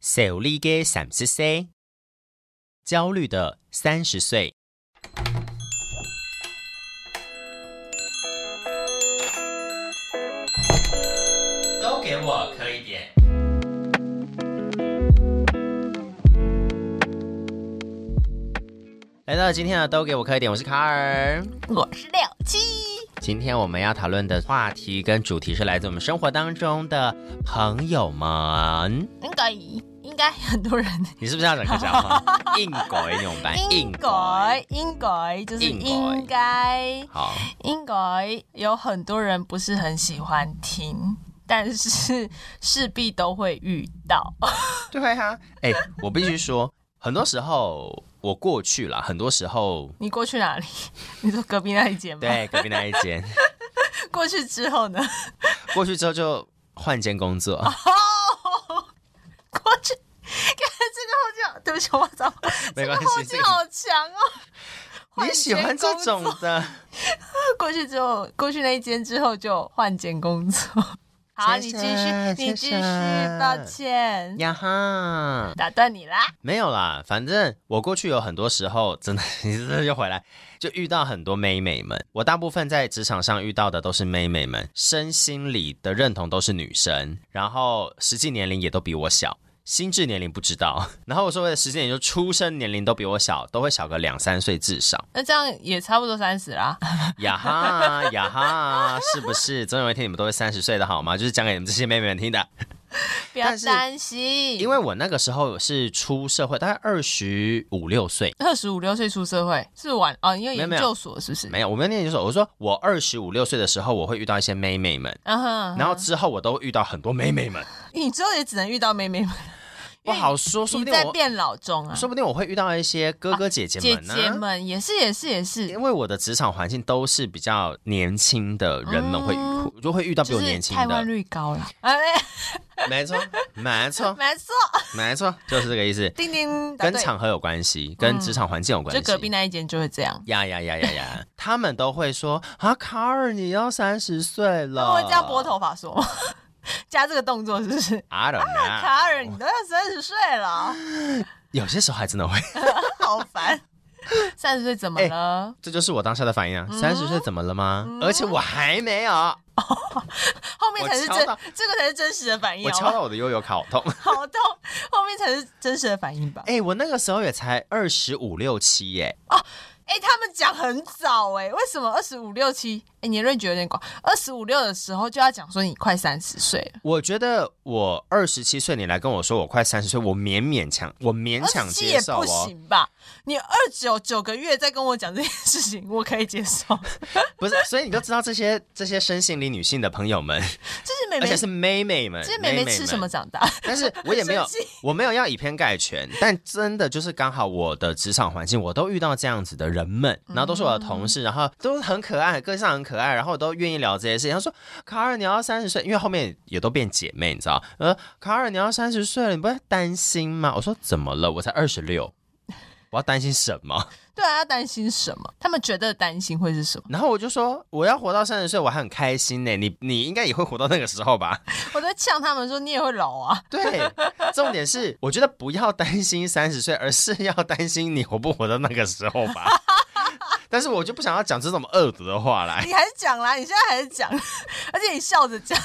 小力嘅三十岁，焦虑的三十岁。都给我磕一点。来到今天的都给我磕一点，我是卡尔。我是六七，今天我们要讨论的话题跟主题是来自我们生活当中的朋友们。应该应该很多人你是不是要讲客家话？硬改用班，硬改。该应该就是应该应该好，应该有很多人不是很喜欢听，但是势必都会遇到。对啊，哎、我必须说，很多时候我过去了，很多时候你过去哪里？ 你说隔壁那一间吗？，对隔壁那一间，过去之后呢？ 过去之后就换间工作，过去。看这个后劲，对不起，我找没关后系，这劲个好强哦。你喜欢这种的，过去之后，过去那一间之后就换间 工作。好，你先继生续，你先继续，生抱歉，呀哈。打断你啦。没有啦，反正我过去有很多时候，真的， 你真的就回来，就遇到很多妹妹们。我大部分在职场上遇到的都是妹妹们，身心里的认同都是女生，然后实际年龄也都比我小。心智年龄不知道， 然后我所谓的实际年龄，就出生年龄都比我小，都会小个两三岁至少。 那这样也差不多三十啦。 呀哈呀哈，是不是？总有一天你们都会三十岁的好吗？就是讲给你们这些妹妹们听的。不要但是担心，因为我那个时候是出社会，大概二十五六岁，二十五六岁出社会是晚哦，因没为有研没有究所是不是？没有，我没有念研究所。我说我二十五六岁的时候，我会遇到一些妹妹们，嗯哼，然后之后我都遇到很多妹妹们，你之后也只能遇到妹妹们，不好说，说你不定在我，变老中啊。说不定我会遇到一些哥哥姐姐姐们呢、啊姐们也是，也是，也是，因为我的职场环境都是比较年轻的人们会遇，就会遇到比哦就我年是轻台湾的，率高了。哎， 没错，没 错，没错，没错，就是这个意思，叮叮， 答跟对场合有关系，跟职场环境有关就系。隔壁那一间就会这样。呀呀呀呀呀！他们都会说啊，卡尔，你要三十岁了。那我这样拨头发说吗？ 加这个动作是不是？ ，I don't know。啊卡尔，你都要三十岁了，有些时候还真的会。好 烦。三十岁怎么了？这就是我当下的反应嗯啊！三十岁怎么了吗？而且我还没有，后面才哎是我敲真到，这个才是真实的反应我好敲吗？到我的悠悠卡，好痛。好痛，后面才是真实的反应吧？哎、我那个时候也才二十五六七耶，哎、他们讲很早哎、为什么二十五六七？哎，年论觉有点广，二十五六的时候就要讲说你快三十岁了，我觉得我二十七岁，你来跟我说我快三十岁，我勉勉强，我勉二强十七接也受不哦。行吧？你二九九个月再跟我讲这件事情，我可以接受。 不是，所以你就知道这些这些身心灵女性的朋友们，就是妹而妹且，是妹妹们，就是妹妹吃们什么？长大？ 但是我也没有生气，我没有要以偏概全，但真的就是刚好我的职场环境，我都遇到这样子的人们，然后都是我的同嗯事，然后都很可爱，个性上很可爱，然后都愿意聊这些事情。他说：“卡尔，你要三十岁，因为后面也都变姐妹，你知道？呃，卡尔，你要三十岁了，你不会担心吗？”我说：“怎么了？我才二十六。” 我要担心什么？ 对啊，要担心什么？他们觉得担心会是什么？然后我就说我要活到三十岁，我还很开心呢。你你应该也会活到那个时候吧？我在呛他们说你也会老啊， 对，重点是，我觉得不要担心三十岁，而是要担心你活不活到那个时候吧。 但是我就不想要讲这种恶毒的话来，你还是讲啦，你现在还是讲，而且你笑着讲，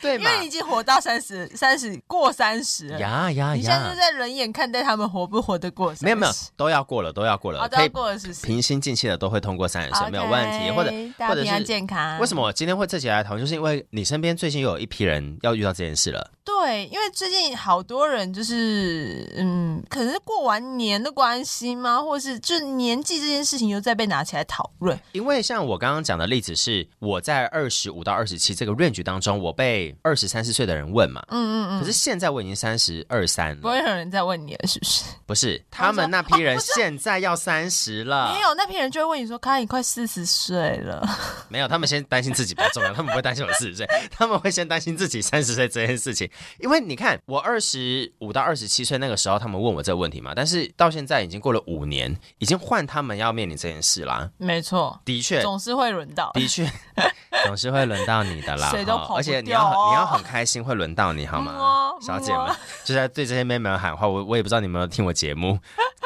对因嘛为？你已经活到三十三十过三十了。呀呀你现在就呀！在冷眼看待他们活不活得过30，没有没有，都要过了，都要过了，好哦都可要以过了是不是？平心静气的都会通过三十岁，没有问题。 OK，或者大或家者平安是健康。为什么？我今天会这起来讨论，就是因为你身边最近又有一批人要遇到这件事了。对，因为最近好多人就是嗯，可能是过完年的关系吗？或是就是年纪这件事情又再被拿起来讨论。因为像我刚刚讲的例子是，我在二十五到二十七这个 range 当中，我被二十三四岁的人问嘛，嗯嗯可是现在我已经三十二三了，嗯，不会有人再问你了，是不是？不是，他他们们说那批 人现在要三十了，没有，那批人就会问你说：“卡，你快四十岁了， 没有，他们先担心自己比较重要，他们不会担心我四十岁， 他们会先担心自己三十岁这件事情。因为你看，我二十五到二十七岁那个时候，他们问我这个问题嘛，但是到现在已经过了五年，已经换他们要面临这件事啦。没错，的确，总是会轮到。 的确，总是会轮到你的啦，谁都哈跑不而且你掉哦嗯要很你要很开心，会轮到你好吗摸，小姐摸们？就在对这些妹妹们喊话，我我也不知道你们有没有听我节 目，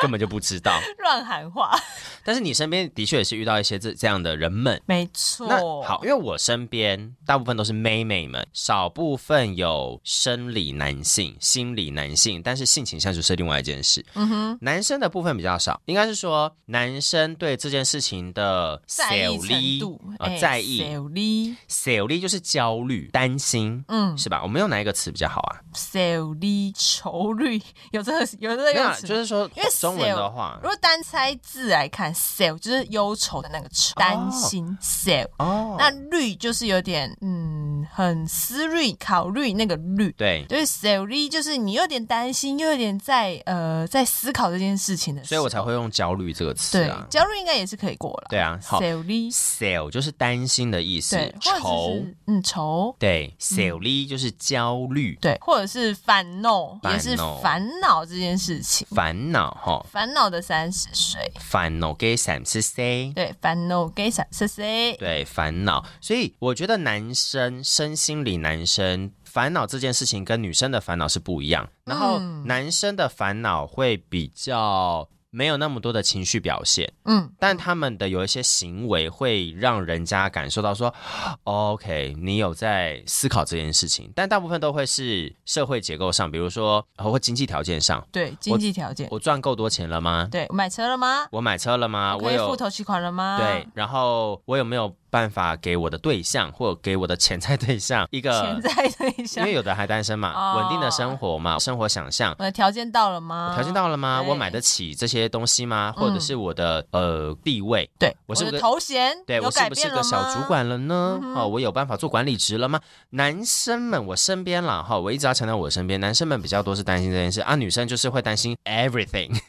根本就不知道。乱 喊话，但是你身边的确也是遇到一些这这样的人们。没错。那好，因为我身边大部分都是妹妹们，少部分有生理男性、心理男性，但是性倾向就是另外一件事。嗯哼，男生的部分比较少，应该是说男生对这件事情的在意程度，呃哎在意小力，小力就是焦虑、担心，嗯，是吧？我们用哪一个词比较好啊？小力愁虑， 有这个有这个没有用啊，词吗。就是啊说因为中文的话如，果单拆字来看，sell 就是忧愁的那个愁，担心 sell。哦，那虑就是有点嗯，很思虑、考虑那个虑。对，对 s e l l 就是你有点担心，又有点在呃在思考这件事情的时所候，以我才会用焦虑这个词对啊。焦虑应该也是可以过了。对啊，好 s e l l ，sell 就是担心的意思对，，或者愁是嗯愁，对 s e l l 就是焦虑、对，或者是烦恼，烦恼也是烦恼这件事情。烦恼哈，烦恼的三十岁，烦恼给 Sam 是 say。对，烦恼给三十岁，对，烦恼。所以我觉得男生身心里男生烦恼这件事情跟女生的烦恼是不一样。然后嗯男生的烦恼会比较没有那么多的情绪表现，嗯，但他们的有一些行为会让人家感受到说，OK，你哦有在思考这件事情。但大部分都会是社会结构上，比如说呃或经济条件上，对，经济条件，我赚够多钱了吗？对，买车了吗？我买车了吗？可啊我以有付头期款了吗？对，，然后我有没有办法给我的对象或给我的潜在对象一潜个，在对因象为，有的还单身嘛，哦稳定的生活嘛，生活想象。我的条件到了吗？条件到了吗？对我买得起这些东西吗？嗯或者是我的、呃地位，对，我是不是的头衔对有我是改不是变个了小吗主？管了呢？嗯哼哦，我有办法做管理职了吗？男生们，我身边啦哈，我一直要强调我身边男生们比较多是担心这件事啊，女生就是会担心 everything。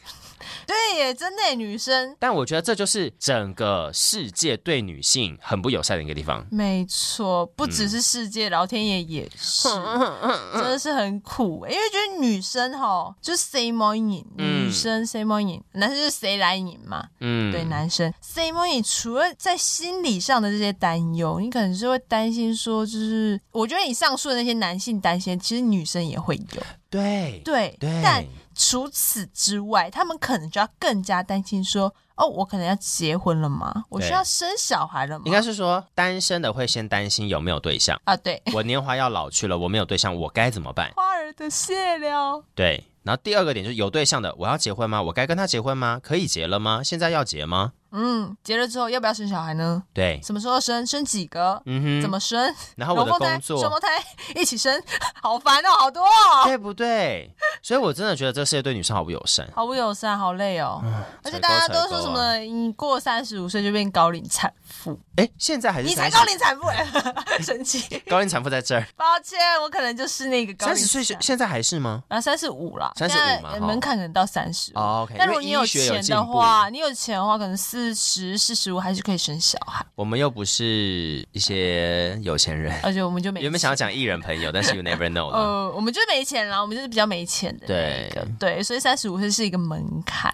对耶，真的耶女生，但我觉得这就是整个世界对女性很不友善的一个地方。没错，不嗯只是世界，老天爷也是，真的是很苦欸耶，因为觉得女生哈，就是谁摸赢，嗯女生谁摸赢，男生就是谁来赢嘛。嗯，对男生 s a m o n 除了在心理上的这些担忧，你可能是会担心说，就是我觉得你上述的那些男性担心，其实女生也会有，对对，对但除此之外，他们可能就要更加担心说，哦，我可能要结婚了吗？我需要生小孩了吗？应该是说，单身的会先担心有没有对 象。啊，对，我年华要老去了，我没有对象，我该怎么办？花儿的谢了，对。然后第二个点就是有对象的，我要结婚吗？我该跟他结婚吗？可以结了吗？现在要结吗？嗯，结了之后要不要生小孩呢？对，什么时候生？生几个？嗯怎哼。么生？然后我的龙凤工胎、作，双胞胎一起生， 好烦哦，好多哦。对不对？所以我真的觉得这世界对女生好不友善。好不友善，好累哦！而且采购大家都采购说什啊么你过三十五岁就变高龄产妇，哎，现在还是你才30高龄产妇 哎、神奇！高龄产妇在这儿，抱歉，我可能就是那 个高三龄十岁是产妇现在还是吗？啊，三十五啦， 35现在呃嘛哈门槛可能到三十。哦，OK，但如因为果你医学有钱进的步，话，你有钱的话，可能四十、四十五还是可以生小孩，我们又不是一些有钱 人。而且我们就没原本钱想要讲艺人朋友，但是 you never know 了。呃，我们就是没钱啦，我们就是比较没钱的那一个，对，所以三十五岁是一个门槛。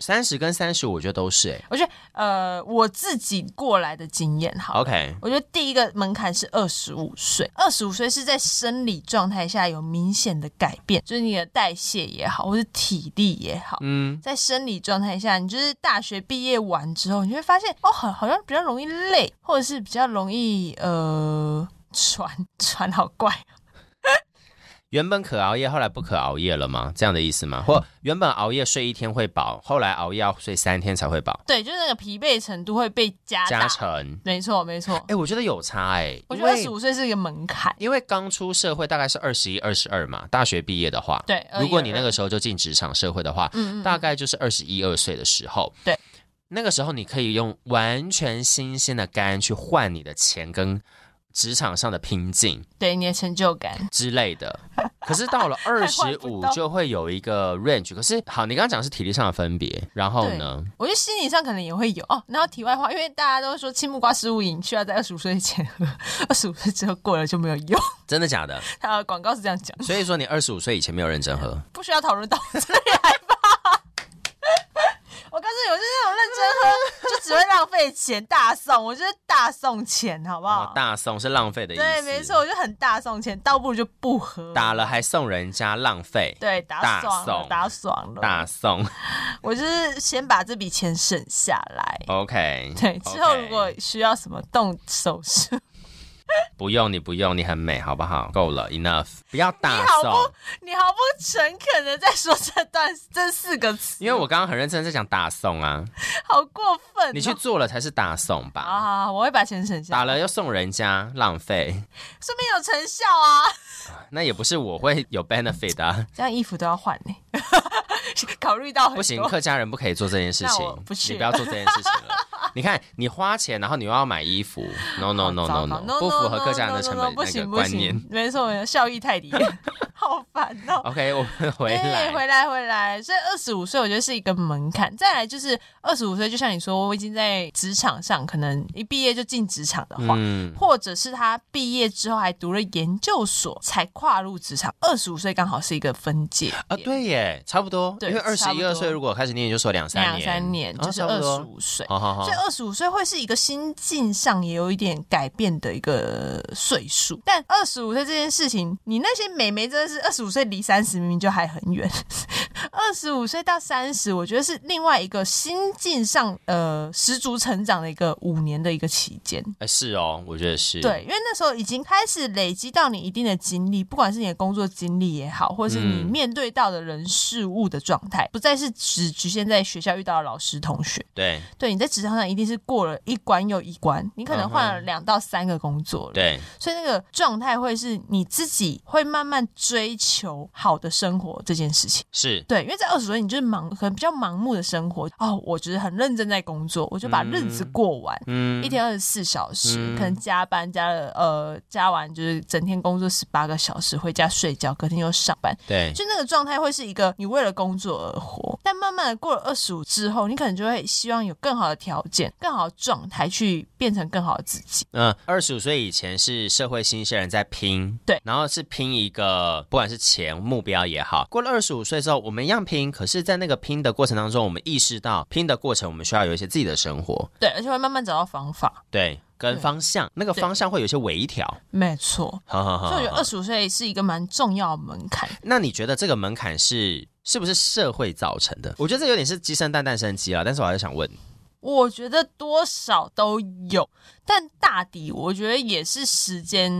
三十跟三十，我觉得都是哎、我觉得，呃，我自己过来的经验好了 OK，我觉得第一个门槛是二十五岁，二十五岁是在生理状态下有明显的改变，就是你的代谢也好，或是体力也好。嗯，在生理状态下，你就是大学毕业完之后，你就会发现哦，好好像比较容易累，或者是比较容易呃喘，喘好怪，原本可熬夜，后来不可熬夜了吗？这样的意思吗？或原本熬夜睡一天会饱，后来熬夜要睡三天才会饱，对，就是那个疲惫程度会被加大。加成。没错，没错哎、，我觉得有差哎、我因觉得二为十五岁是一个门槛。因为刚出社会大概是二十一、二十二嘛，大学毕业的话，对，啊如果你那21个时候就进职场社会的话，嗯嗯嗯大概就是二十一二岁的时候，对，那个时候你可以用完全新鲜的肝去换你的钱跟职场上的拼劲，对你的成就感，之类的。可是 到了二十换不五到就会有一个 range。可是好，你刚刚讲的是体力上的分别，然后哦 呢？我觉得心理上可能也会有哦。然后题外话，因为大家都说青木瓜十五饮需要在二十五岁前喝， 二十五岁之后过了就没有用。 真的假的？它的广告是这样讲，所以说你二十五岁以前没有认真喝，不需要讨论到这里来吧。我告诉你，我就是那种认真喝，就只会浪费钱，大送，我觉得大送钱，好不好？哦大送是浪费的意思。对，没错，。我就很大送钱，倒不如就不喝。打了还送人家，浪费。对，打大爽了，送打爽了。大送我就是先把这笔钱省下来。 ，OK。对，之后如果需要什么动手术，不用你不用，你很美，好不好？够了，enough，不要你大好送不。，你好不诚恳的在说这段这四个词，因为我刚刚很认真在讲打送 啊，好过分哦、你去做了才是打送啊，吧？好好我会把钱省下打来，了又送人家，浪费，说明有成效啊。那也不是我会有 benefit 的、啊。这样衣服都要换呢、 考虑到很多不行，客家人不可以做这件事那我情，不去你不要做这件事情 了。你看，你花钱，然后你又要买衣服，no no no 糟 no 糕 no， no，不符合客家人的 no，no，no，成 no，本不那个行不观念行。，没错，效益太低， 好烦哦、 OK，我们回哎来回来，回来。所以二十五岁，我觉得是一个门槛。再来就是二十五岁，就像你说，我已经在职场上，可能一毕业就进职场的话，嗯，或者是他毕业之后还读了研究所才跨入职场，二十五岁刚好是一个分界啊，点对耶，差不多，对因为二差十不一多二岁如果开始念研究所，两三两年，三年就是哦差二不十多五岁。好好好所以，二十五岁会是一个心境上也有一点改变的一个岁数，但二十五岁这件事情，你那些美眉真的是二十五岁离三十明明就还很远， 二十五岁到三十，我觉得是另外一个心境上呃十足成长的一个五年的一个期间。哎是哦，我觉得是，对，因为那时候已经开始累积到你一定的经历，不管是你的工作经历也好，或者是你嗯面对到的人事物的状态，不再是只局限在学校遇到的老师同学。对对，你在职场上一定是过了一关又一关，你可能换嗯了哼两到三个工作了。，对，所以那个状态会是你自己会慢慢追求好的生活这件事情。是对，因为在二十岁，你就是盲，可能比较盲目的生活哦。我只是很认真在工作，我就把日子嗯过完，嗯一天二十四小时，嗯可能加班加了呃，加完就是整天工作十八个小时，回家睡觉，隔天又上班，对就那个状态会是一个你为了工作而活，但慢慢的过了二十五之后，你可能就会希望有更好的条件、更好的状态去变成更好的自己。嗯，二十五岁以前是社会新鲜人在拼，对然后是拼一个不管是钱目标也好。过了二十五岁之后，我们一样拼，可是，在那个拼的过程当中，我们意识到拼的过程，我们需要有一些自己的生活，对，而且会慢慢找到方法。对，跟对方向，那个对方向会有一些微调。没错，好好好，所以我觉得好二十五岁是一个蛮重要的门槛。那你觉得这个门槛是是不是社会造成的？我觉得这有点是鸡生蛋，蛋生鸡啊。但是我还是想问，我觉得多少都有，但大抵我觉得也是时间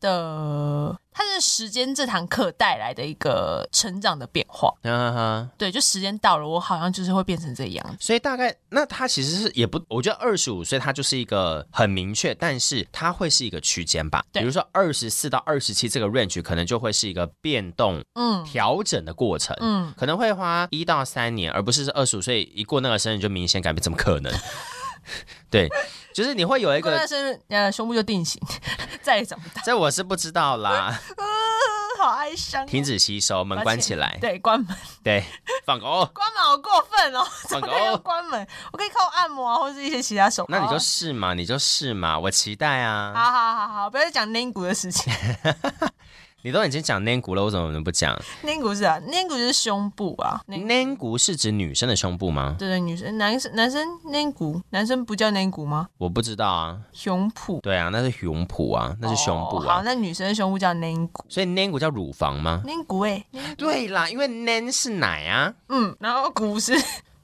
的，它是时间这堂课带来的一个成长的变化。哈哈哈。对，就时间到了，我好像就是会变成这样。所以大概那他其实是也不，我觉得二十五岁他就是一个很明确，但是他会是一个区间吧。对比如说二十四到二十七这个 range 可能就会是一个变动嗯调整的过程。嗯，可能会花一到三年，而不是是二十五岁一过那个生日就明显改变，怎么可 能？对，就是你会有一过个段，生日，呃，胸部就定型， 再也长不大，这我是不知道啦， 啊好哀伤、哦停止吸收，门关起来，对，关门，对，放狗。关 门好啊过分哦！放怎么狗可以用关门？我可以靠按摩啊，或是一些其他手。那你好就啊试嘛，你就试嘛，我期待啊！好好好好，不要再讲 n 骨的事情。你都已经讲 n 骨了，我怎么能不讲 n 骨是啥 n 骨就是胸部啊。n n 骨是指女生的胸部吗？对对，女生、男生、男生 n 骨，男生不叫 n 骨吗？我不知道啊。胸脯，对啊，那是胸脯啊，那是胸部哦啊。好，那女生的胸部叫 n 骨所以 n 骨叫乳房吗？ n 骨哎，nengu 对啦，因为 n 是奶啊。嗯，然后骨是。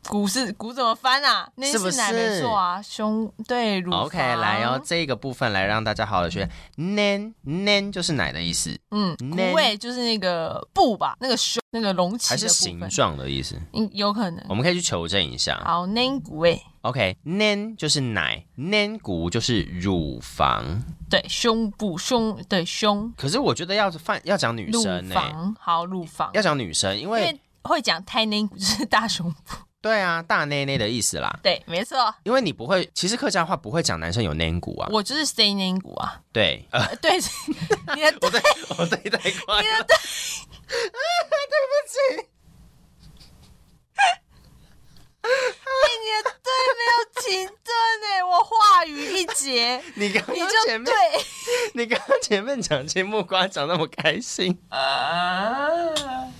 骨是骨怎么翻啊？那是不奶没是错啊，胸对乳 OK，房来哦，这个部分来让大家好好的学 n n 就是奶的意思，嗯，那骨位就是那个布吧，那个胸那个隆起还的是部形分，状哦的意思？嗯，有可能。我们可以去求证一下。好，那骨位 OK，n 就是奶，n 骨就是乳房。对胸部胸对胸可是我觉得要放要讲女乳生呢、欸房好乳房，要讲女生，因因为为会讲胎内骨就是大胸部，对啊，大内内的意思啦。对，没错，因为你不会，其实客家话不会讲男生有内骨啊。我就是 say 内骨啊，对，呃， 呃对， 你的我对我对太快了，对没有停顿哎，我话语一 结，你刚刚你前就面，对。你刚刚前面讲青木瓜讲那么开心，啊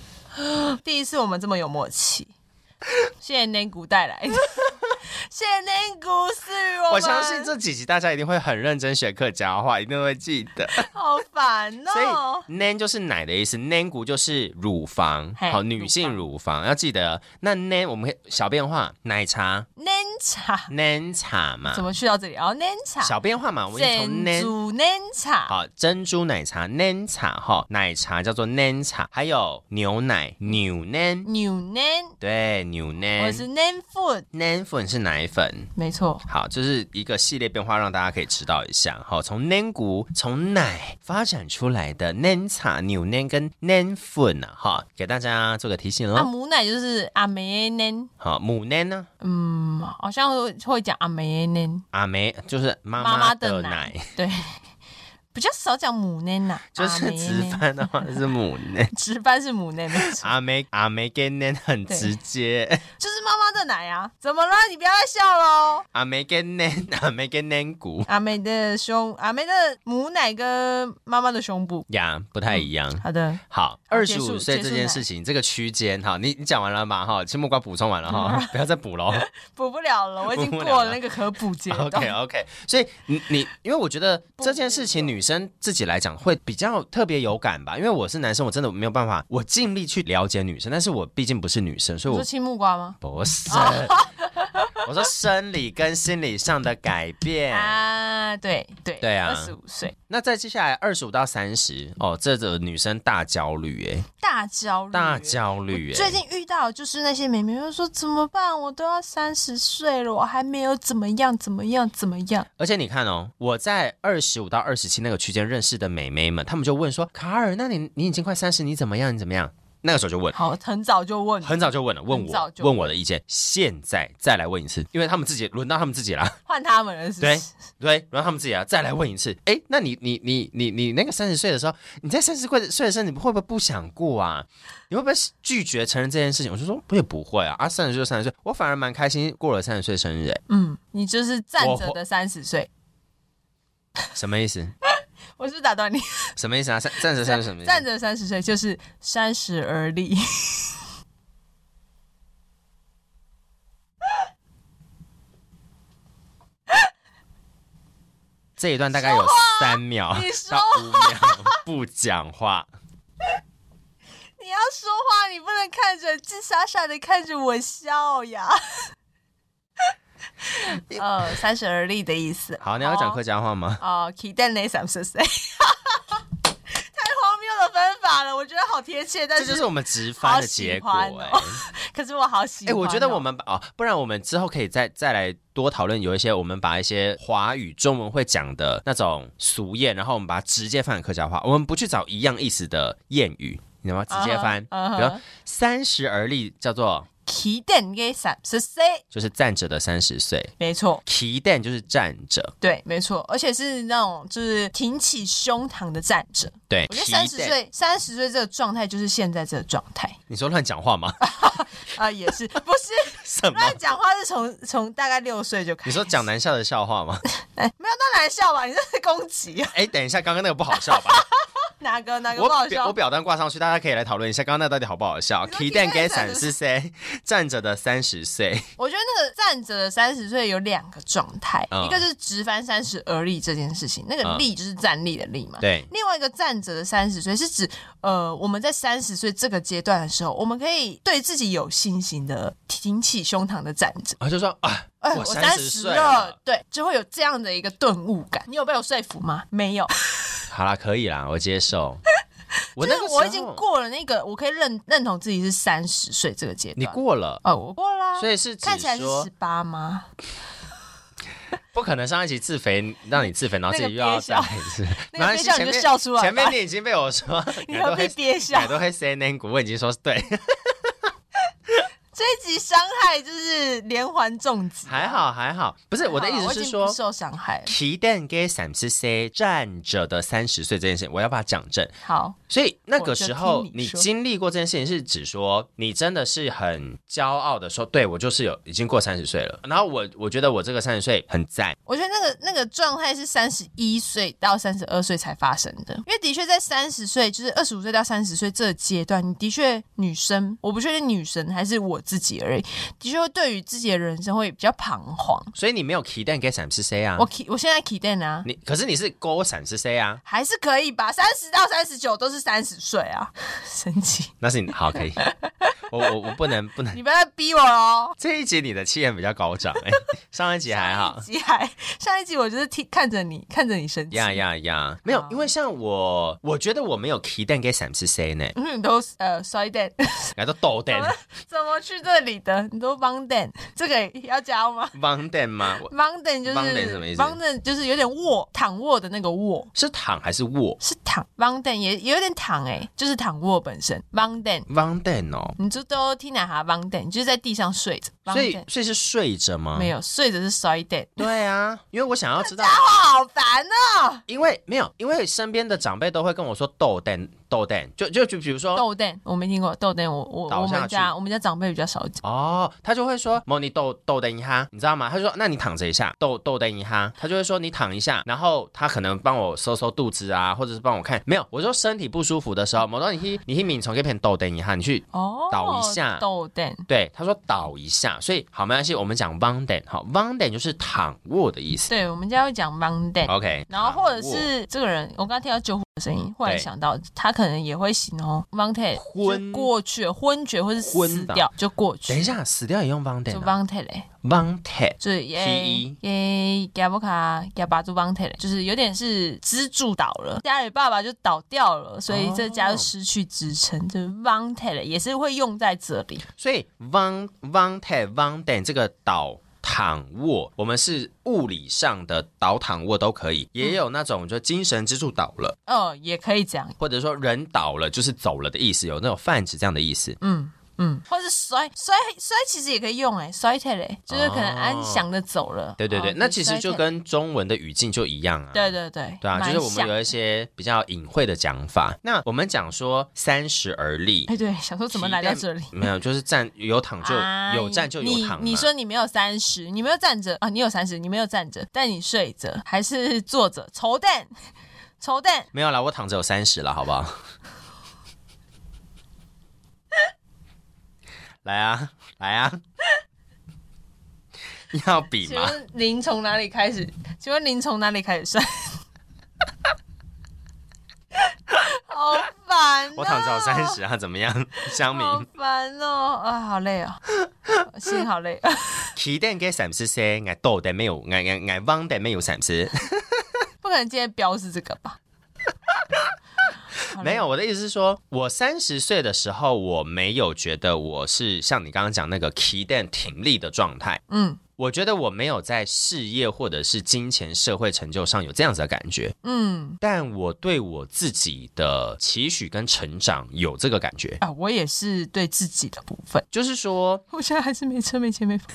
第一次我们这么有默契，谢谢 n 古带来的。谢您鼓励我们。我相信这几集大家一定会很认真学客家话，一定会记得。 好烦所哦。以 nan 就是奶的意思，nan 骨就是乳房，嘿好，女性乳房要记得。哦那 nan 我们可以小变化，奶茶奶茶 nan 茶嘛怎，么去到这里？哦，奶茶，小变化嘛，我们就从珍 nan 珠奶茶，好珍珠奶茶 nan 茶哈，奶茶叫做 nan 茶，还有牛奶牛 nan，牛奶，对牛我 nan 是奶 food， nan 粉是奶粉。没错。好，就是一个系列变化，让大家可以知道一下。好，从 nan 骨从奶发展出来的 nan 茶、牛 nan 跟 nan 粉啊，哈，给大家做个提醒啊，喽。母奶就是阿梅奶，好，母 nan 呢，嗯，好像会会讲阿梅奶，阿梅就是妈妈妈的的奶，对，比较少讲母奶呐， 就是直阿梅奶，翻的话就是母 nan。直翻是母奶，没错阿梅阿梅跟 nan 很直接，就是妈妈的奶啊。怎么了？你不要再笑喽。阿梅跟 nan 阿梅跟 nan 骨阿梅的胸，阿梅的母奶跟妈妈的胸部。呀，不太一样。好的，好，好二哦结十束五岁结这束件奶事情，这个区间哈，你你讲完了吗？哈，青木瓜补充完了嗯哈， 不要再补 喽。补不了了，我已经补不了过了了那个可补 阶段。 OK OK，所以你你，因为我觉得这件事情女生自己来讲会比较特别有感吧，因为我是男生，我真的没有办法，我尽力去了解女生，但是我毕竟不是女生，所以你我说哦青木瓜吗？不是。 我说生理跟心理上的改变。 啊，对对对啊二十五岁那再接下来二十五到三十，哦，这个女生大焦虑哎、大焦虑，大焦虑哎、嗯最近遇到就是那些妹妹就说怎么办？我都要三十岁了，我还没有怎么样怎么样怎么样。而且你看哦，我在二十五到二十七那个区间认识的美眉们，她们就问说：“卡尔，那你你已经快三十，你怎么样？你怎么样？”那个时候就 问。好，很早就问，很早就问了，问很早我就问我的意见，现在再来问一次，因为他们自己轮到他们自己 啦，换他们了是不对是？对，轮到他们自己啊，再来问一次。哎，那你你你你你那个三十岁的时候，你在三十岁岁的时候，你会不会不想过啊？你会不会拒绝承认这件事情？我就说我也不会啊，啊，三十岁就三十岁，我反而蛮开心过了三十岁生日，哎，嗯，你就是站我着的三十岁。什么意思？我是不是打断你，什么意思啊？站站着三十什么意思？站着 三十岁就是三十而立。 这一段大概有三秒你说到五秒不讲 话。你要说话，你不能看着，只傻傻的看着我笑呀。 呃，三十而立的意思。好，你要讲客家话吗？哦，期待你三十岁， 太荒谬的分法了，我觉得好贴切，但这是就是我们直翻的结果、好喜欢哎、哦可是我好喜哎、欢哦、我觉得我们把哦，不然我们之后可以再再来多讨论，有一些我们把一些华语中文会讲的那种俗谚，然后我们把它直接翻成客家话，我们不去找一样意思的谚语，你知道吗？直接翻，嗯哼比如说“三十而立”叫做期待你三十岁，就是站着的三十岁，没错，提蛋就是站着，对，没错，而且是那种就是挺起胸膛的站着。对，我觉得提三十蛋，岁，三十岁这个状态就是现在这个状态你说乱讲话 吗？啊、也是不是 什么？乱讲话是从从大概六岁就开始。你说讲男校的笑话 吗？哎，没有到难笑吧？你这是攻击、 啊，哎、等一下，刚刚那个不好笑 吧？哪个哪个我不好表笑我？表单挂上去，大家可以来讨论一下，刚刚那到底好不好笑？你说提提蛋蛋给散伞的是谁？站着的三十岁，我觉得那个站着的三十岁有两个状态，嗯一个就是直翻三十而立这件事情，那个嗯立就是站立的立嘛。对另外一个站着的三十岁是指，呃，我们在三十岁这个阶段的时候，我们可以对自己有信心的挺起胸膛的站着。然后就说啊，哎，我我三三十十岁了了，，对，就会有这样的一个顿悟感。你有被我说服吗？没有，好啦，可以啦，我接 受。我就那是个时候我已经，过了那个，我可以认认同自己是三十岁这个阶段。你过了，哦，我过啦、所以是指看起来是说十 八吗？不可能上一集自肥让你自肥，然后自己又要再来一次， 那个憋笑没关系那个憋笑前面你就笑出来吧前面你已经被我说， 你奶都何会必憋笑奶？都会 say n 股，我已经说 对，这一集伤害就是连环重击，啊还好还好，不是我的意好思我已是经说不。受伤害了。提蛋给三十岁站着的三十岁这件事情，我要把它讲正。好，所以那个时候我就，听你你说经历过这件事情，是指说你真的是很骄傲的说，对我就是有已经过三十岁了。然后我我觉得我这个三十岁很赞，我觉得那个那个状态是三十一岁到三十二岁才发生的，因为的确在三十岁，就是二十五岁到三十岁这个阶段，你的确女生，我不确定女生还是我自己，己而已，的确会对于自己的人生会比较彷徨。所以你没有期待给闪是谁啊我？期我现在期待呢，你可是你是勾闪是谁啊？还是可以吧，三十到三十九都是三十岁啊， 神奇！那是你好 可以，我我我不能不能你不要再逼我哦喽。这一集你的气焰比较高涨哎、上一集还好上一。集还上一集我就是听看着你看着你生气，呀呀呀！没有，因为像我，我觉得我没有期待给 Sam 是谁 呢，因为你都呃衰蛋， 来到豆蛋怎么去这里的？你都帮蛋，这个要教吗？帮蛋吗？我帮蛋就是帮蛋什么意思帮蛋就是有点卧躺卧的那个卧。是躺还是卧？是躺 v a n d e n 也也有点躺哎、就是躺卧本身 v a n d e n 帮蛋哦，你就都听哪哈 v a n d e n 就是在地上睡着 v a 所 n 以 d e n 所以是睡着吗？没有睡着是 s i d e n 对啊，因为我想要知道，好烦哦、因为没有，因为身边的长辈都会跟我说豆蛋豆蛋，就就就比如说豆蛋我没听过豆蛋，我我哦倒我下们去家我们家长辈比较少讲。哦，他就会说某你豆豆蛋一哈，你知道吗？他就说那你躺着一下，豆豆蛋一哈，他就会说你躺一下，然后他可能帮我搜搜肚子啊，或者是帮我看没有，我说身体不舒服的时候，某到你去你去敏从这片豆蛋一哈，你去。哦，倒一下豆蛋对，他说倒一下，所以好没关系，我们讲 v a n d e n 好 v a n d e n 就是躺卧的意思。对，我们家会讲 v a n d e n OK，然后或者躺卧是这个人，我刚刚听到救护的声音，忽然对想到他可能也会形容 v a n d e n 昏过去了昏厥或是昏死倒掉就过去，等一下死掉也用 v a n d e 就 n v a n d e n 嘞。 v a n d e n 就是皮耶耶，加布卡加巴祖邦特嘞，就是有点是支柱倒了，家里爸爸就倒掉了，所以这哦家就失去支撑，就是邦特嘞，也是会用在这里。所以 van van t van dan 这个倒躺卧，我们是物理上的倒躺卧都可以，嗯也有那种就精神支柱倒了，哦，也可以这样，或者说人倒了就是走了的意思，有那种泛指这样的意思。嗯。嗯，或是摔摔摔，其实也可以用哎，摔特嘞，就是可能安详的走了。对对对，哦那其实就衰退跟中文的语境就一样啊。对对对，对啊，就蛮是我们像有一些比较隐晦的讲法。那我们讲说三十而立，哎，对，想说怎么来到这里？没有，就是站有躺就啊有站就有你躺嘛。你说你没有三十，你没有站着啊？你有三十，你没有站着，但你睡着还是坐着？丑蛋， 丑蛋，没有啦，我躺着有三十了，好不好？ 来啊，来啊！ 要比请吗？问您从哪里开始？请问您从哪里开始算？ 好烦、哦！我躺着有三十啊，怎么样？香好明，烦哦！啊，好累哦， 心好累。 期待给三十岁，爱豆的没有，爱爱爱忘的没有三十。不可能今天标是这个吧？ 好累没有，我的意思是说，我三十岁的时候，我没有觉得我是像你刚刚讲那个期待挺立的状态。嗯我觉得我没有在事业或者是金钱、社会成就上有这样子的感觉。嗯但我对我自己的期许跟成长有这个感觉，啊，我也是对自己的部分， 就是说，我现在还是没车没 钱没房。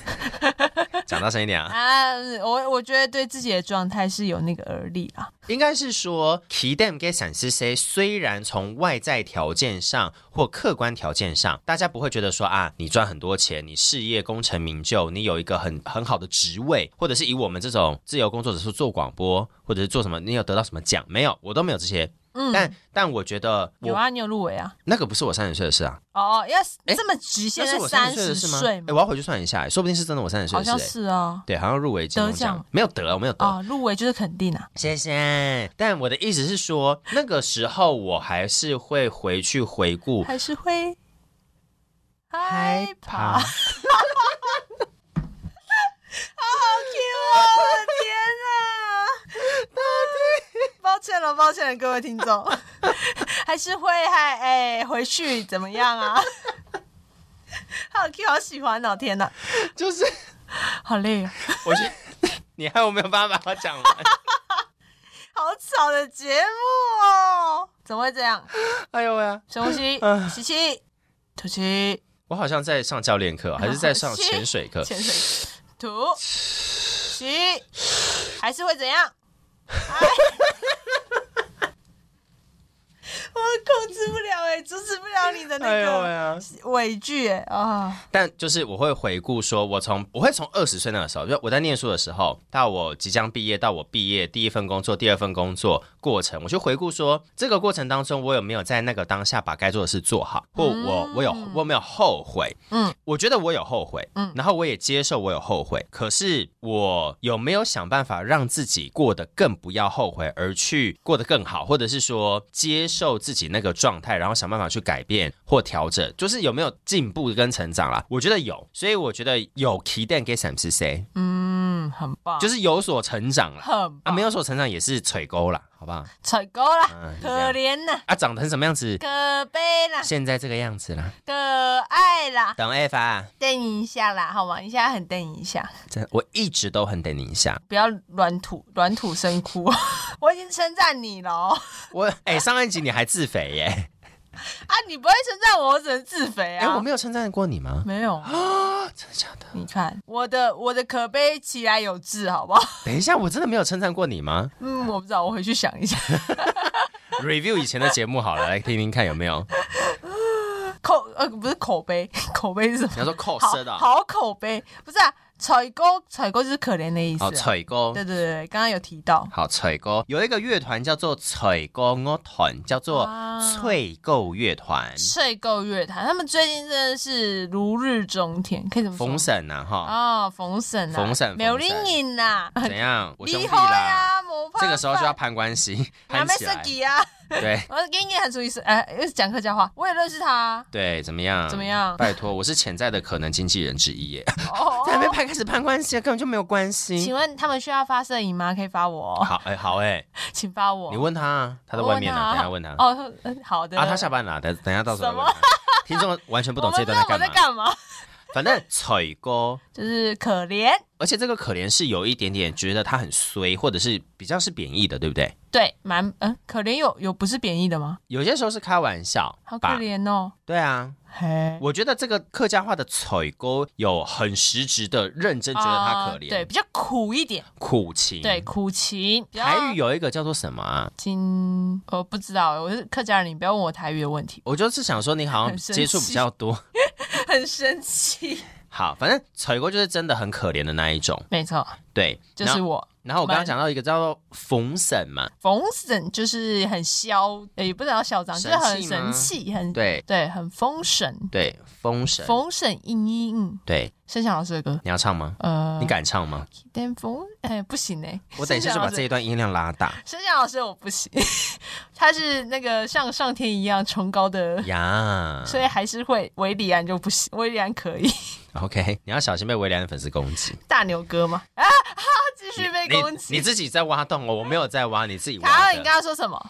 讲大声一点啊，啊，我我觉得对自己的状态是有那个而立啊。应该是说，期待给闪失 C，虽然从外在条件上或客观条件上，大家不会觉得说啊，你赚很多钱，你事业功成名就，你有一个很很好的职位，或者是以我们这种自由工作者是做广播，或者是做什么，你有得到什么奖没有？我都没有这些，嗯，但但我觉得我有啊，你有入围啊。那个不是我三十岁的事啊，哦，要诶这么局限那在是我三三十岁的十事岁吗？哎，我吗？要回去算一下，哎说不定是真的我三十岁好的事。像哎是啊。对，好像入围金钟得奖没有得，我没有得。哦，入围就是肯定啊。谢谢。但我的意思是说，那个时候我还是会回去回顾还是会害害怕。怕好 Q 哦！我的天啊！抱歉了，抱歉了，各位听众， 还是会害哎、回去怎么样啊？好 Q，好喜欢哦！天哪，就是 好累啊！我觉得你还有没有办法把它讲完？好吵的节目哦！怎么会这样？ 哎呦喂、啊，深呼吸，吸气，吐气，我好像在上教练课，还是在上潜水课？ 潜水，吐，吸，还是会怎样？哎我控制不了哎、阻止不了你的那哎呦喂个啊！畏惧哎、啊，但就是我会回顾说，我从我会从二十岁那个时候，就我在念书的时候，到我即将毕业，到我毕业第一份工作、第二份工作过程，我就回顾说，这个过程当中，我有没有在那个当下把该做的事做好，或我我有我有没有后悔？嗯嗯，我觉得我有后悔，嗯嗯，然后我也接受我有后悔，可是我有没有想办法让自己过得更不要后悔，而去过得更好，或者是说接受自己那个状态，然后想办法去改变或调整，就是有没有进步跟成长啦？我觉得有，所以我觉得有提点给 Sam 是谁，嗯，很棒，就是是有所成长 啦。很啊，棒，没有所成长也是垂钩啦，好不好？成功啦，嗯，就这可样怜呐，啊，长成什么样 子？可悲啦，现在这个样子啦，可爱啦，等 F 啊，瞪你一下啦，好吗？你现在很瞪你一下，真我一直都很等你一下。不要软土软土生哭， 我已经称赞你了哦我哎、上一集你还自肥耶、啊，你不会称赞我，我只能自肥哎、啊，我没有称赞过你吗？没有，啊真的假的？你看我的我的可悲其来有志，好不好？ 等一下，我真的没有称赞过你吗嗯，我不知道，我回去想一下。 ？Review 以前的节目好了，来听听看有没有。口呃不是口碑，口啊碑是什么你？要说扣好色的哦，好口碑，不是啊，采购采购就是可怜的意思、好啊。吹歌，对对对，刚刚有提到。好吹歌。有一个乐团叫做吹歌乐团，叫做啊翠购乐团，睡够乐坛，他们最近真的是如日中天，可以怎么说？封神呐哈。啊，冯沈啊，冯沈苗冯沈林颖啊呐，怎样？我兄弟厉害啦，啊，模范。这个时候就要攀关系，还 攀没起设来。计啊，对我给你喊出一声，哎，又是讲客家话，我也认识他啊。对，怎么样？怎么样拜托，我是潜在的可能经纪人之一耶。哦，在还没拍开始攀关系，啊根本就没有关请系。问他们需要发摄影吗？可以发我哦， 好哎，好哎，请发我。你问他啊，他在我外面呢、他等一下问他。哦， 嗯好的。啊，他下班了啊，等等一下到时候再问他。听众完全不不懂这一段我在在干嘛。干嘛？ 反正彩哥，就是可怜，而且这个可怜是有一点点觉得他很衰，或者是比较是贬义的，对不对？对，蛮嗯，可怜有有不是贬义的吗？有些时候是开玩笑好可吧。怜哦，对啊，嘿，我觉得这个客家话的“彩哥”有很实质的认真觉得他可啊怜，对，比较苦一点，苦情。对，，苦情。比较台语有一个叫做什么啊？金，我不知道，我是客家人，你不要问我台语的问 题，我就是想说，你好像很生接触比气较多。很生气。好，反正彩哥就是真的很可怜的那一种。没错，对，就然是后我。然后我刚刚蛮讲到一个叫做冯婶嘛，冯神就是很嚣，也不能叫嚣张，就是神很气吗神气，很对对，很封神，对，封神，封神应应应。对，申翔老师的歌，你要唱吗？呃，你敢唱吗？巅峰，哎，不行哎、我等一下就把这一段音量拉 大申翔老师我不行， 他是那个像上天一样崇高的，嗯呀。所以还是会维里安就不行，维里安可 以 OK，你要小心被威廉的粉丝攻击，大牛哥嘛啊， 好继续 被攻你击。自己在挖洞哦，我没有在挖，你自己卡挖尔，你的。刚刚说什么？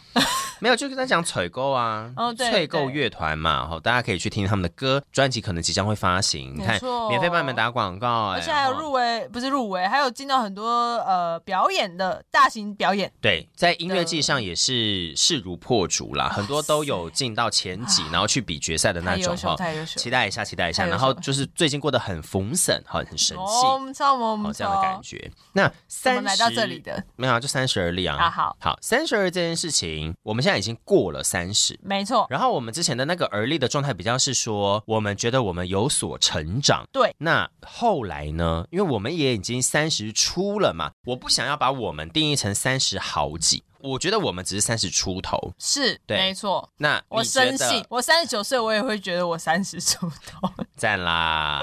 没有，就是在讲采购啊，哦对翠购对乐团嘛，好，大家可以去听他们的歌，专辑可能即将会发行，你没看错免费帮你们打广告，哎而且还有吼入围，不是入围，还有进到很多呃表演的大型表演，对，在音乐季的上也是势如破竹啦，很多都有进到前几，然后去比决赛的那太优种秀，哈。太优秀期。待一下，期待一下。太优秀然后就是最近过得很丰盛，很很神气，我们超我好们这样的感觉。那怎三么来到这里的没有啊，就三十而立啊。啊？好，好，三十而这件事情，我们现在已经过了三十。没错，然后我们之前的那个而立的状态比较是说，我们觉得我们有所成长。对，那后来呢？因为我们也已经三十出了嘛，我不想要把我们定义成三十好几，我觉得我们只是三十出头。是对没错。那我你觉得深信，我三十九岁，我也会觉得我三十出头，赞 啦，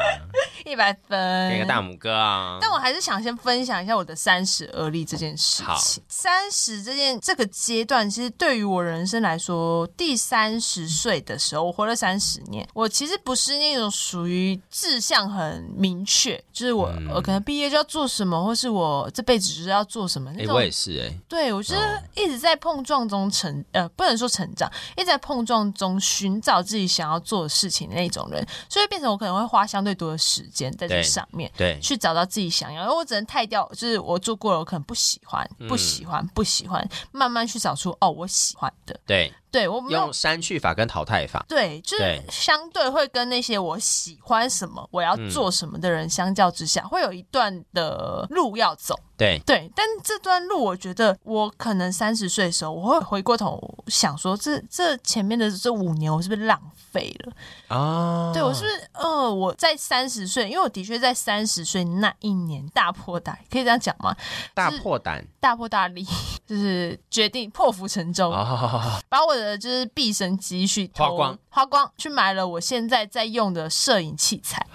一百分，给个大拇哥啊！但我还是想先分享一下我的三十而立这件事好情。三十这件这个阶段，其实对于我人生来说，第三十岁的时候，我活了三十年，我其实不是那种属于志向很明确，就是我、嗯我可能毕业就要做什么，或是我这辈子就是要做什么那哎、种。我也是哎、对，我觉得一直在碰撞中成，呃，不能说成长，一直在碰撞中寻找自己想要做的事情的那种人，所以变成我可能会花相对多的时间在这对上面。对，去找到自己想要，因为我只能太掉，就是我做嗯过了，我可能不喜欢，不喜欢，不喜欢，慢慢去找出哦，我喜欢的。对，对我没有用删去法跟淘汰法。对，就是对相对会跟那些我喜欢什么、我嗯要做什么的人相较之下，会有一段的路要走。对，对，但这段路，我觉得我可能三十岁的时候，我会回过头想说，这这前面的这五年，我是不是浪费了？哦，对我是不是呃，我在三十岁，因为我的确在三十岁那一年大破大，可以这样讲吗？大破胆大破大立，就是决定破釜沉舟。哦， 把我的就是毕生积蓄花投光，花光去买了我现在在用的摄影器材。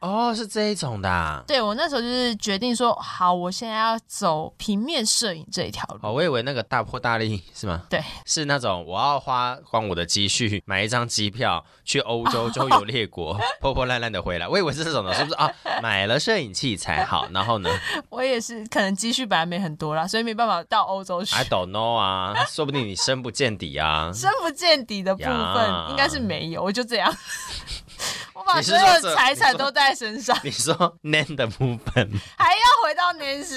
哦，是这一种的啊、对我那时候就是决定说，好，我现在要走平面摄影这一条路。哦，我以为那个大破大立是吗？对，是那种我要花光我的积蓄买一张机票去欧洲周游列 国，破破烂烂的回来。我以为是这种的，是不是啊？买了摄影器材，好，然 后呢我也是，可能积蓄本来没很多啦，所以没办法到欧洲去。 ？I don't know 啊，说不定你深不见底啊。深不见底的部呀分应该是没有，我就这样。 我把你是所有说这的财产你说都带在身上， 你说 nan 的部分，还要回到年时，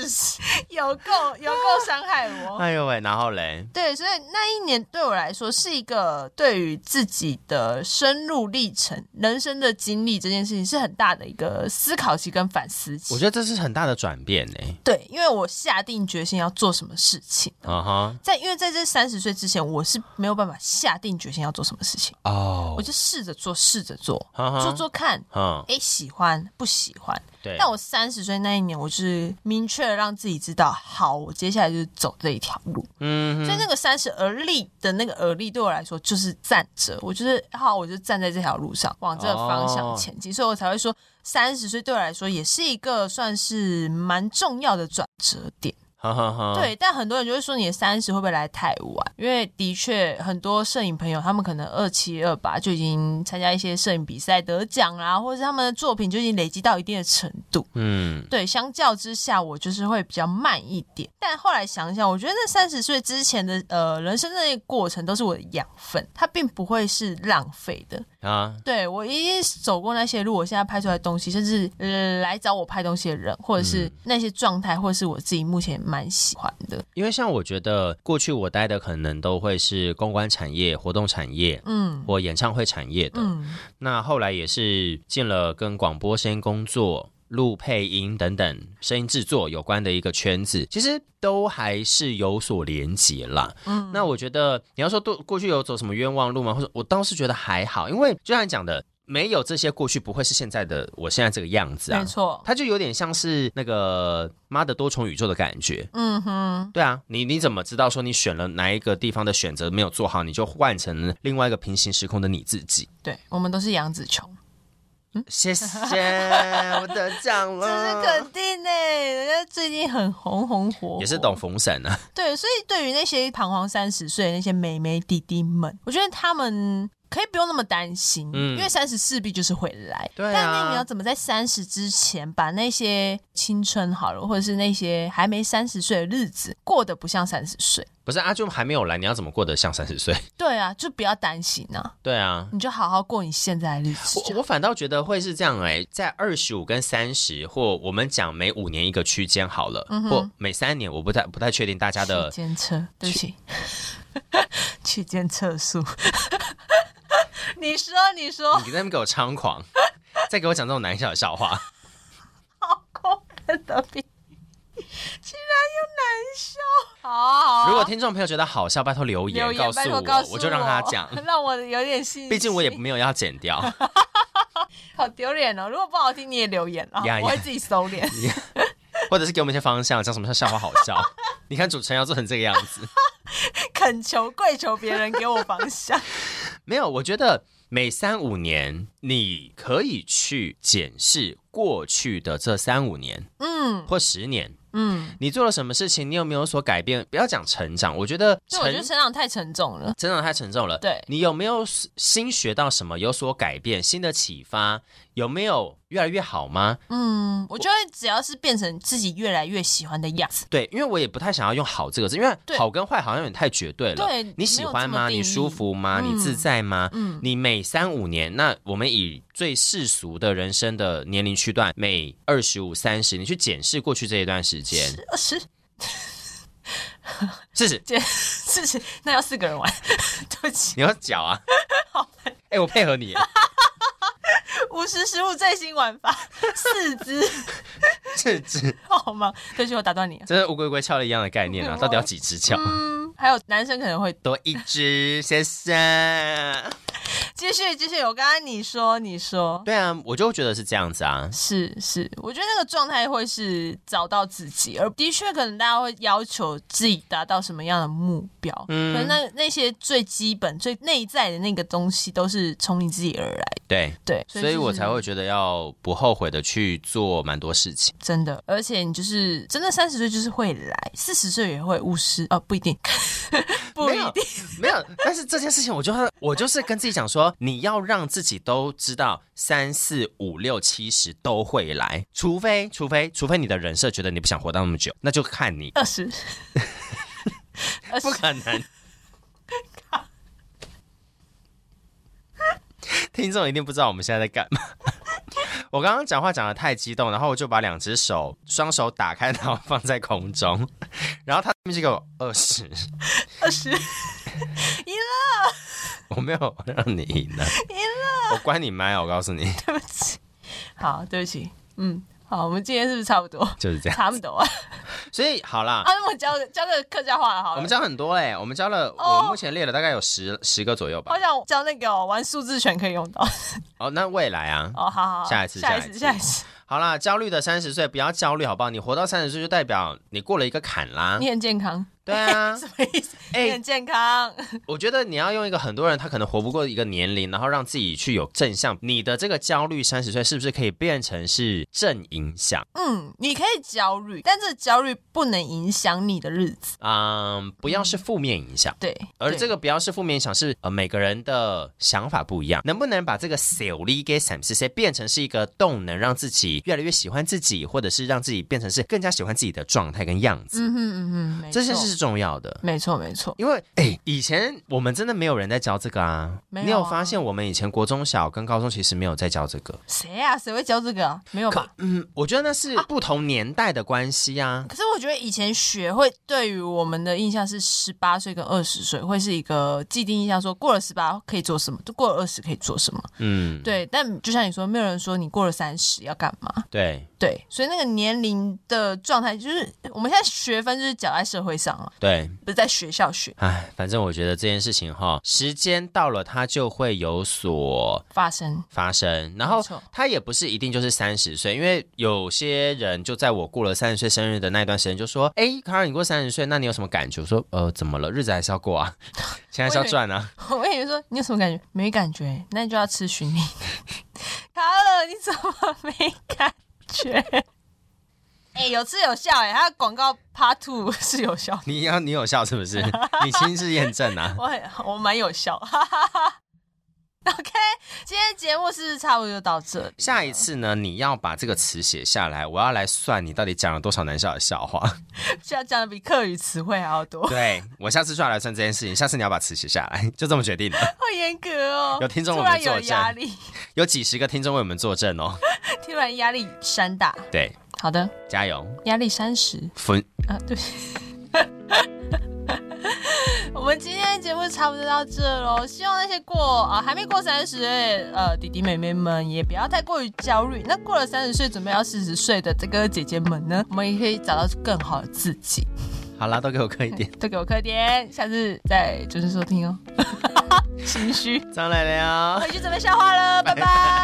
有够 有够伤害我。哎呦喂，然后嘞，对，所以那一年对我来说是一个对于自己的深入历程、人生的经历这件事情是很大的一个思考期跟反思期。我觉得这是很大的转变欸呢、对，因为我下定决心要做什么事情，啊哈，在因为在这三十岁之前，我是没有办法下定决心要做什么事情，哦我，就试着做，试着做，哈啊哈做做看。嗯，诶，喜欢不喜欢？Uh-huh 对，但我三十岁那一年，我就是明确地让自己知道，好，我接下来就是走这一条路。嗯所以那个三十而立的那个而立，对我来说就是站着，我就是好，我就站在这条路上，往这个方向哦前进，所以我才会说，三十岁对我来说也是一个算是蛮重要的转折点。哈哈哈，对，但很多人就会说，你的三十会不会来太晚？因为的确很多摄影朋友，他们可能二七二八就已经参加一些摄影比赛得奖啦，或者是他们的作品就已经累积到一定的程度。嗯，对，相较之下，我就是会比较慢一点。但后来想一想，我觉得那三十岁之前的呃人生的那个过程都是我的养分，它并不会是浪费的。啊，对我一定走过那些路，我现在拍出来的东西，甚至、呃、来找我拍东西的人，或者是那些状态，或者是我自己目前蛮喜欢的。因为像我觉得过去我待的可能都会是公关产业、活动产业嗯或演唱会产业的，嗯，那后来也是进了跟广播声音工作、录配音等等声音制作有关的一个圈子，其实都还是有所连结啦。嗯，那我觉得你要说过过去有走什么冤枉路吗？或者我倒是觉得还好，因为就像你讲的，没有这些过去不会是现在的我现在这个样子啊没。错。它就有点像是那个妈的多重宇宙的感觉，嗯哼，对啊，你你怎么知道说你选了哪一个地方的选择没有做好，你就换成另外一个平行时空的你自己？对我们都是杨紫琼，谢谢，我得奖 嗯这是了，肯定呢、人家最近很红红火火，也是懂逢神啊，对，所以对于那些彷徨三十岁的那些美眉弟弟们，我觉得他们可以不用那么担心，嗯因为三十势必就是会来。对啊但那你要怎么在三十之前把那些青春好了，或者是那些还没三十岁的日子过得不像三十岁？不是阿就还没有来，你要怎么过得像三十岁？对啊，就不要担心啊，对啊。你就好好过你现在的日子就我我反倒觉得会是这样哎、在二十五跟三十，或我们讲每五年一个区间好了，嗯或每三年，我不太不太确定大家好。的去监测，对不起，去监测数。你说，你说，你在那边给我猖狂，再给我讲这种难笑的笑话，好过分的比，竟然又难笑。好啊好啊，如果听众朋友觉得好笑，拜托留言留告言诉拜托我，告诉就让他讲。让我有点信 心。毕竟我也没有要剪 掉，好丢脸哦。如果不好听，你也留言啊呀呀我会自己收敛。或者是给我们一些方向，讲什么笑话好笑。 你看主持人要做成这个样子，恳求跪求别人给我方向。没有，我觉得每三五年你可以去检视过去的这三五年嗯或十年，嗯，你做了什么事情，你有没有所改变？不要讲成长，我觉得就成我觉得成长太沉重了。成长太沉重了。对你有没有新学到什么，有所改变，新的启发？有没有越来越好吗？嗯，我觉得只要是变成自己越来越喜欢的样子，对，因为我也不太想要用“好”这个字，因为对好跟坏好像有点太绝对了。对你喜欢没有这吗？么定义你舒服吗？嗯你自在吗？嗯你每三五年，那我们以最世俗的人生的年龄区段，每二十五、三十，你去检视过去这一段时间，二十是是减事情，那要四个人玩， 对不起，你要脚 啊？哎、我配合你，五十十五最新玩法，四只，这只好吗？对不起，我打断你了。这是乌龟龟翘了一样的概念啊，到底要几只翘？嗯，还有男生可能会多一只，谢谢。继续继续，我刚刚你说你说。对啊，我就觉得是这样子啊。是是，我觉得那个状态会是找到自己，而的确可能大家会要求自己达到什么样的目标，嗯，可能那那些最基本、最内在的那个东西都是从你自己而来，对，对，所就是以我才会觉得要不后悔的去做蛮多事情。真的，而且你就是真的三十岁就是会来，四十岁也会五十哦，不一定，不一没有定， 没有，但是这件事情，我就是我就是跟自己讲说，你要让自己都知道三四五六七十都会来，除非除非除非你的人设觉得你不想活到那么久，那就看你，二十，二十不，可能。 听众一定不知道我们现在在干嘛。 我刚刚讲话讲的太激动，然后我就把两只手双手打开，然后放在空中， 然后他们就给我二十， 二十，我没有让你赢的，赢了，我关你麦，啊我告诉你，对不起，好，对不起，嗯，好，我们今天是不是差不多？就是 这样。差不多啊，所以好啦，啊，那我教教个客家话好了。我们教很多嘞、我们教了，哦我目前列了大概有十十个左右吧好。想教那个、哦、玩数字拳可以用到。哦，那未来啊，哦，好好好，下一次下一下一次，次下一次。好啦，焦虑的三十岁不要焦虑好不好？你活到三十岁就代表你过了一个坎啦你。很健康， 对啊什，么意思？你嗯哎、很健康，我觉得你要用一个很多人他可能活不过一个年龄，然后让自己去有正向。你的这个焦虑三十岁是不是可以变成是正影响？嗯，你可以焦虑，但这焦虑不能影响你的日子。嗯，不要是负面影响。对，而对这个不要是负面影响，是呃每个人的想法不一样，能不能把这个小力给闪失谁变成是一个动能，让自己越来越喜欢自己，或者是让自己变成是更加喜欢自己的状态跟样子，嗯哼嗯哼，没错这些是重要的。没错没错，因为哎、以前我们真的没有人在教这个啊。没有啊你有发现我们以前国中小跟高中其实没有在教这个？谁啊？谁会教这个啊？没有吧？嗯，我觉得那是啊不同年代的关系啊。可是我觉得以前学会对于我们的印象是十八岁跟二十岁会是一个既定印象，说过了十八可以做什么，就过了二十可以做什么。嗯，对，但就像你说，没有人说你过了三十要干嘛。对对，所以那个年龄的状态，就是我们现在学分就是缴在社会上了，对，不是在学校学哎，反正我觉得这件事情哈，时间到了它就会有所发生。发生，然后没错他也不是一定就是三十岁，因为有些人就在我过了三十岁生日的那段时间就说：“哎，卡尔，你过三十岁，那你有什么感觉？”我说：“呃，怎么了？日子还是要过啊， 钱还是要赚啊。 我跟你说，你有什么感觉？没感觉，欸那你就要吃熏你。 卡尔，你怎么没感觉？ 哎、有吃有效哎、他的广告 Part Two 是有效的”，你要你有效是不是？你亲自验证啊。我很我蛮有效。哈哈哈 OK，今天节目是不是差不多就到这里？下一次呢，你要把这个词写下来，我要来算你到底讲了多少难笑的笑话。 要讲的比课语词汇还要多， 对我下次就要来算这件事情，下次你要把词写下来，就这么决定了。 好严格哦。有听众突为我然们有作压证，力。 有几十个听众为我们作证哦。突然压力山大。对，好的，加油，压力山十分啊，对不 起。我们今天的节目差不多到这喽，希望那些过啊还没过三十岁呃弟弟妹妹们也不要太过于焦虑。那过了三十岁准备要四十岁的这个姐姐们呢，我们也可以找到更好的自己。好啦，都给我磕一点。都给我磕点，下次 再准时收听哦。心虚， 张来了。哦回去准备笑话了，拜拜。